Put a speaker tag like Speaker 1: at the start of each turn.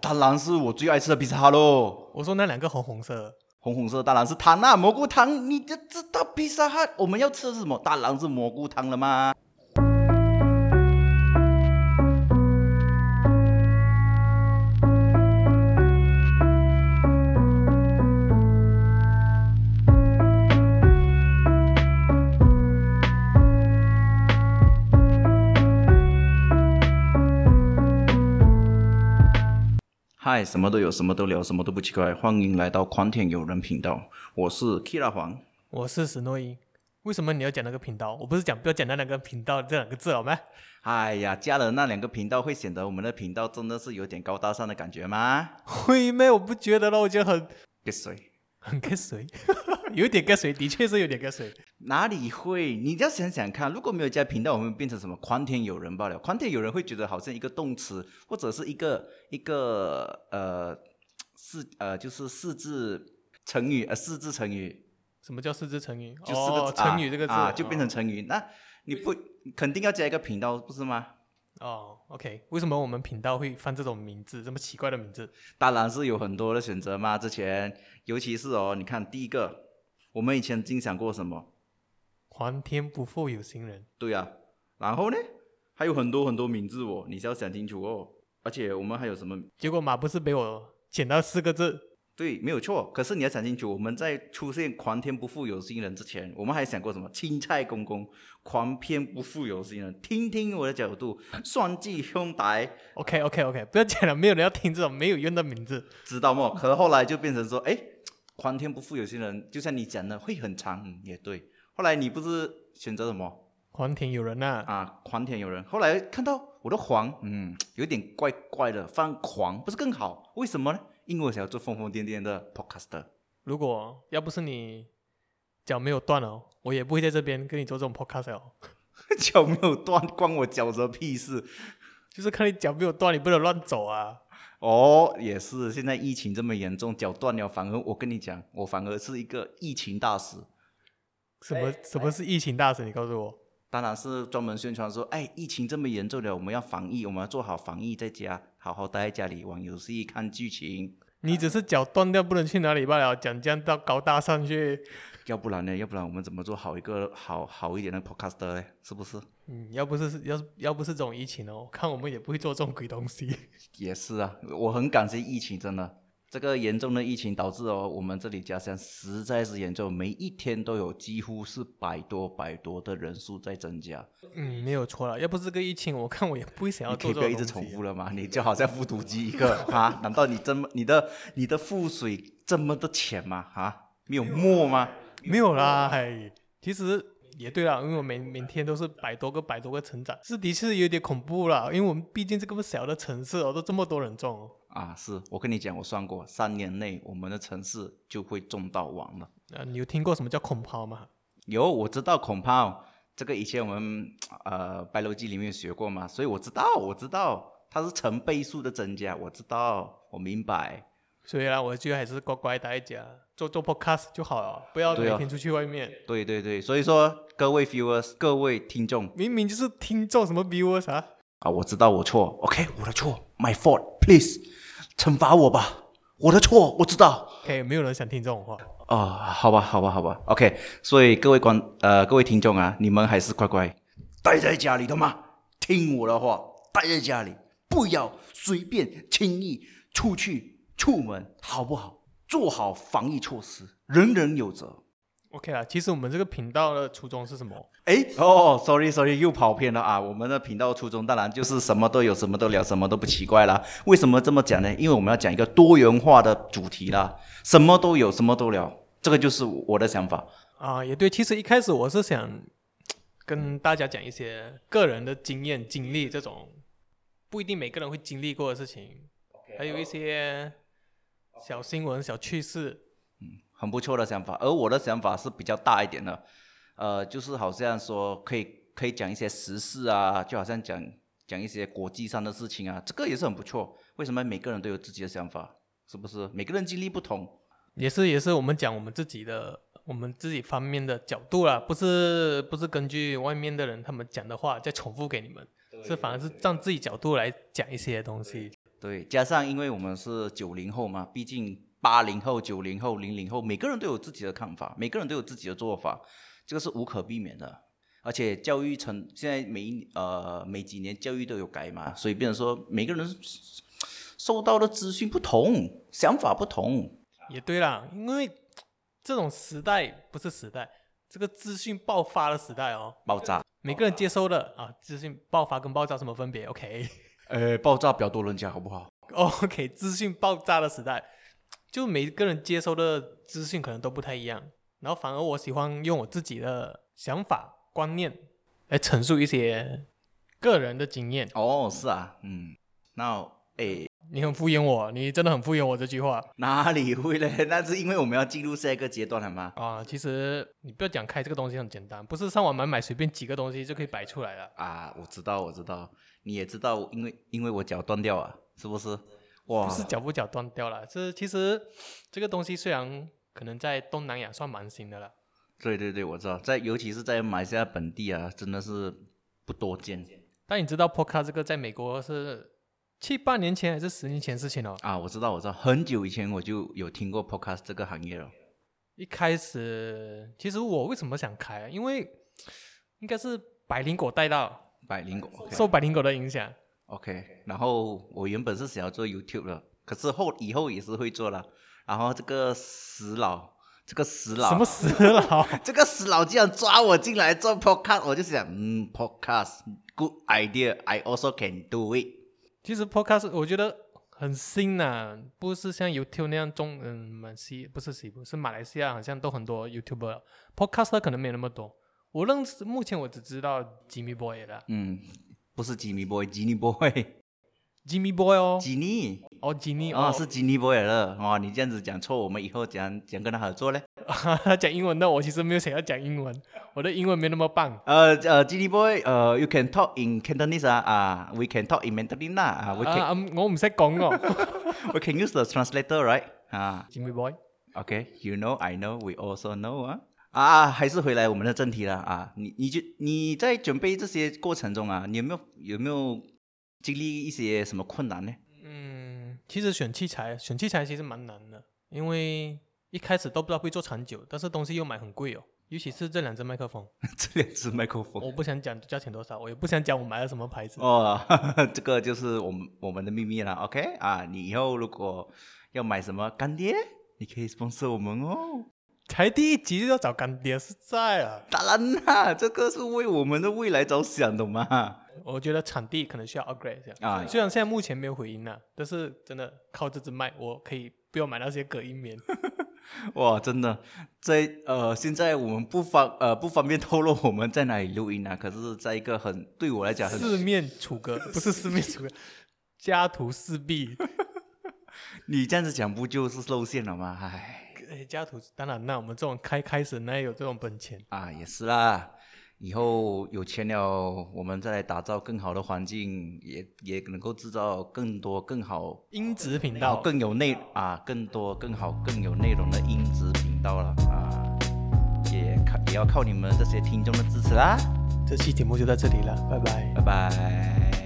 Speaker 1: 当然是我最爱吃的披萨哈喽。
Speaker 2: 我说那两个红红色，
Speaker 1: 红红色当然是汤啊，蘑菇汤。你就知道披萨哈我们要吃的是什么？当然是蘑菇汤了嘛。嗨，什么都有，什么都聊，什么都不奇怪。欢迎来到狂舔友人频道，我是 Kira 黄。
Speaker 2: 我是史诺伊。为什么你要讲那个频道？我不是讲不要讲那两个频道这两个字好吗？
Speaker 1: 哎呀，加了那两个频道，会显得我们的频道真的是有点高大上的感觉吗？
Speaker 2: 会咩？我不觉得了，我觉得很
Speaker 1: 给谁？
Speaker 2: 很跟随， 有一点跟随，的确是有点跟随。
Speaker 1: 哪里会？你要想想看，如果没有加频道，我们变成什么狂舔友人罢了。狂舔友人会觉得好像一个动词，或者是一个一个呃四呃就是四字成语呃四字成语。
Speaker 2: 什么叫四字成语？
Speaker 1: 就四个
Speaker 2: 哦、
Speaker 1: 字、啊
Speaker 2: 成语这个字
Speaker 1: 啊，就变成
Speaker 2: 哦
Speaker 1: 成语。那你不肯定要加一个频道，不是吗？
Speaker 2: 哦，OK。为什么我们频道会放这种名字，这么奇怪的名字？
Speaker 1: 当然是有很多的选择嘛。之前，尤其是哦，你看第一个，我们以前经常过什么？
Speaker 2: 皇天不负有心人，
Speaker 1: 对呀、然后呢，还有很多很多名字哦，你是要想清楚哦。而且我们还有什么？
Speaker 2: 结果马不是被我剪到四个字。
Speaker 1: 对，没有错。可是你要想清楚，我们在出现“狂天不负有心人”之前，我们还想过什么？青菜公公，狂偏不负有心人。听听我的角度，算计兄弟，
Speaker 2: OK OK OK，不要讲了，没有人要听这种没有用的名字。
Speaker 1: 知道吗？可后来就变成说，哎，皇天不负有心人，就像你讲的，会很长，嗯也对。后来你不是选择什么
Speaker 2: 皇天有人呐、
Speaker 1: 啊？皇天有人。后来看到我的皇，嗯，有点怪怪的，放狂不是更好？为什么呢？因为我想要做疯疯癫癫的 podcaster。
Speaker 2: 如果要不是你脚没有断哦，我也不会在这边跟你做这种 podcast 哦。
Speaker 1: 脚没有断，关我脚什么屁事？
Speaker 2: 就是看你脚没有断，你不能乱走啊。
Speaker 1: 哦，也是，现在疫情这么严重，脚断了，反而我跟你讲，我反而是一个疫情大使。
Speaker 2: 什
Speaker 1: 哎
Speaker 2: 么什么是疫情大使？你告诉我。
Speaker 1: 当然是专门宣传说，哎，疫情这么严重了，我们要防疫，我们要做好防疫，在家好好待在家里玩游戏、看剧情，
Speaker 2: 你只是脚断掉，不能去哪里罢了。讲这样到高大上去，
Speaker 1: 要不然呢？要不然我们怎么做好一个好好一点的 podcast 呢？是不是？
Speaker 2: 嗯，要不是要是要不是这种疫情哦，看我们也不会做这种鬼东西。
Speaker 1: 也是啊，我很感谢疫情，真的，这个严重的疫情导致哦，我们这里家乡实在是严重，每一天都有几乎是百多百多的人数在增加。
Speaker 2: 嗯，没有错了。要不是这个疫情，我看我也不会想要
Speaker 1: 你可
Speaker 2: 做
Speaker 1: 以不要
Speaker 2: 这种
Speaker 1: 一直重
Speaker 2: 东西。啊
Speaker 1: 复了吗？ 你就好像复读机一个 啊？难道你这么你的你的腹水这么的浅吗？啊，没有墨吗？
Speaker 2: 没有
Speaker 1: 啊
Speaker 2: 啦，哎，其实也对啦，因为我每每天都是百多个百多个成长，是的确有点恐怖啦。因为我们毕竟这个小的城市哦，都这么多人中哦。
Speaker 1: 啊，是我跟你讲，我算过，三年内我们的城市就会中到网了。
Speaker 2: 啊，你有听过什么叫恐抛吗？
Speaker 1: 有，我知道，恐怕哦这个以前我们呃白楼记里面学过嘛，所以我知道，我知道它是成倍数的增加，我知道，我明白。
Speaker 2: 所以啦，我就还是乖乖待在家，做做 podcast 就好了，不要
Speaker 1: 对
Speaker 2: 每
Speaker 1: 啊
Speaker 2: 天出去外面。
Speaker 1: 对对对，所以说各位 viewers，各位听众
Speaker 2: 明明就是听众什么 viewers 啊，
Speaker 1: 啊，我知道我错，OK，我的错，my fault，please，惩罚我吧，我的错，我知道。
Speaker 2: 可以没有人想听这种话。
Speaker 1: 哦，好吧，好吧，好吧，OK。所以各位观呃各位听众啊，你们还是乖乖待在家里的嘛，听我的话，待在家里，不要随便轻易出去出门，好不好？做好防疫措施，人人有责。
Speaker 2: OK 啦，其实我们这个频道的初衷是什么？
Speaker 1: 哎，哦，sorry sorry，又跑偏了啊！我们的频道初衷当然就是什么都有，什么都聊，什么都不奇怪啦。为什么这么讲呢？因为我们要讲一个多元化的主题啦，什么都有，什么都聊，这个就是我的想法。
Speaker 2: 啊，也对，其实一开始我是想跟大家讲一些个人的经验、经历这种不一定每个人会经历过的事情，还有一些小新闻、小趣事。
Speaker 1: 很不错的想法。而我的想法是比较大一点的，呃，就是好像说可以可以讲一些时事啊，就好像讲讲一些国际上的事情啊，这个也是很不错。为什么每个人都有自己的想法？是不是？每个人经历不同，
Speaker 2: 也是也是我们讲我们自己的我们自己方面的角度啦，不是不是根据外面的人他们讲的话再重复给你们，是反而是站自己角度来讲一些东西。
Speaker 1: 对，加上因为我们是九零后嘛，毕竟八零后、九零后、零零后，每个人都有自己的看法，每个人都有自己的做法，这个是无可避免的。而且教育成现在每一呃每几年教育都有改嘛，所以变成说每个人受到的资讯不同，想法不同。
Speaker 2: 也对啦，因为这种时代不是时代，这个资讯爆发的时代哦，
Speaker 1: 爆炸，
Speaker 2: 每个人接收的啊，资讯爆发跟爆炸什么分别？OK，
Speaker 1: 呃，爆炸比较多人家好不好？
Speaker 2: 哦 OK，资讯爆炸的时代，就每个人接收的资讯可能都不太一样，然后反而我喜欢用我自己的想法观念来陈述一些个人的经验。
Speaker 1: 哦，是啊，嗯，那诶，
Speaker 2: 你很敷衍我，你真的很敷衍我这句话
Speaker 1: 哪里会嘞？那是因为我们要进入下一个阶段了吗？
Speaker 2: 啊。其实你不要讲开这个东西很简单，不是上网买买随便几个东西就可以摆出来了。
Speaker 1: 啊，我知道，我知道，你也知道，因为因为我脚断掉啊，是不是？哇
Speaker 2: 不，是脚不脚断掉了，这其实这个东西虽然可能在东南亚算蛮新的了，
Speaker 1: 对对对，我知道，在尤其是在马来西亚本地啊，真的是不多见
Speaker 2: 但你知道 Podcast 这个在美国是七八年前还是十年前事情哦？
Speaker 1: 啊。我知道，我知道，很久以前我就有听过 podcast 这个行业了。
Speaker 2: 一开始其实我为什么想开，啊因为应该是百灵果带到，
Speaker 1: 百灵果 OK
Speaker 2: 受百灵果的影响，
Speaker 1: OK，然后我原本是想要做 YouTube 的，可是后以后也是会做了。然后这个死老，这个死老，
Speaker 2: 什么死老
Speaker 1: 这个死佬竟然抓我进来做 podcast，我就想，嗯，podcast，good idea，I also can do it。
Speaker 2: 其实 Podcast 我觉得很新呐、不是像 YouTube 那样中嗯马西不是西部是马来西亚好像都很多 YouTuber Podcaster 可能没有那么多。我认识目前我只知道 Jimmy Boy 了
Speaker 1: 嗯，不是吉米 boy，Jimmy boy，Jimmy
Speaker 2: ，Jimmy Boy 哦，哦
Speaker 1: 吉
Speaker 2: Jimmy
Speaker 1: 哦
Speaker 2: 哦，
Speaker 1: 是 Jimmy boy 了。哇、哦你这样子讲错，我们以后怎样怎样跟他合作嘞？
Speaker 2: 他讲英文的，我其实没有想要讲英文，我的英文没那么棒。
Speaker 1: 呃呃，Jimmy boy，呃，you can talk in Cantonese 啊啊，we can talk in Mandarin 啊啊，we
Speaker 2: 啊
Speaker 1: can、
Speaker 2: 啊我唔識講哦
Speaker 1: we can use the translator right 啊。
Speaker 2: ，Jimmy Boy。
Speaker 1: Okay, you know, I know, we also know 啊啊，还是回来我们的正题了啊。你你就你在准备这些过程中啊，你有没有有没有经历一些什么困难呢？
Speaker 2: 嗯，其实选器材，选器材其实蛮难的，因为一开始都不知道会做长久，但是东西又买很贵哦，尤其是这两只麦克风。
Speaker 1: 这两只麦克风
Speaker 2: 我不想讲价钱多少，我也不想讲我买了什么牌 子。
Speaker 1: 哦，这个就是我们我们的秘密了。OK 啊，你以后如果要买什么干爹，你可以 sponsor 我们哦。
Speaker 2: 才第一集就要找干爹，是在啊。
Speaker 1: 当然啦，这个是为我们的未来着想的嘛。
Speaker 2: 我觉得场地可能需要 upgrade 一下
Speaker 1: 啊
Speaker 2: 虽然现在目前没有回音了、但是真的靠这支麦，我可以不要买那些隔音棉。
Speaker 1: 哇，真的，在呃，现在我们不方呃不方便透露我们在哪里录音啊，可是在一个很对我来讲很，
Speaker 2: 四面楚歌不是四面楚歌，家徒四壁。
Speaker 1: 你这样子讲不就是露馅了吗？唉，
Speaker 2: 哎，家徒当然，那我们这种开开始那有这种本钱。
Speaker 1: 啊也是啦，以后有钱了，我们再来打造更好的环境，也也能够制造更多更好、
Speaker 2: 音质频
Speaker 1: 然后
Speaker 2: 道，
Speaker 1: 更有内啊更多更好更有内容的音质频道了啊，也靠也要靠你们这些听众的支持啦，
Speaker 2: 这期节目就到这里了，拜拜。
Speaker 1: 拜拜。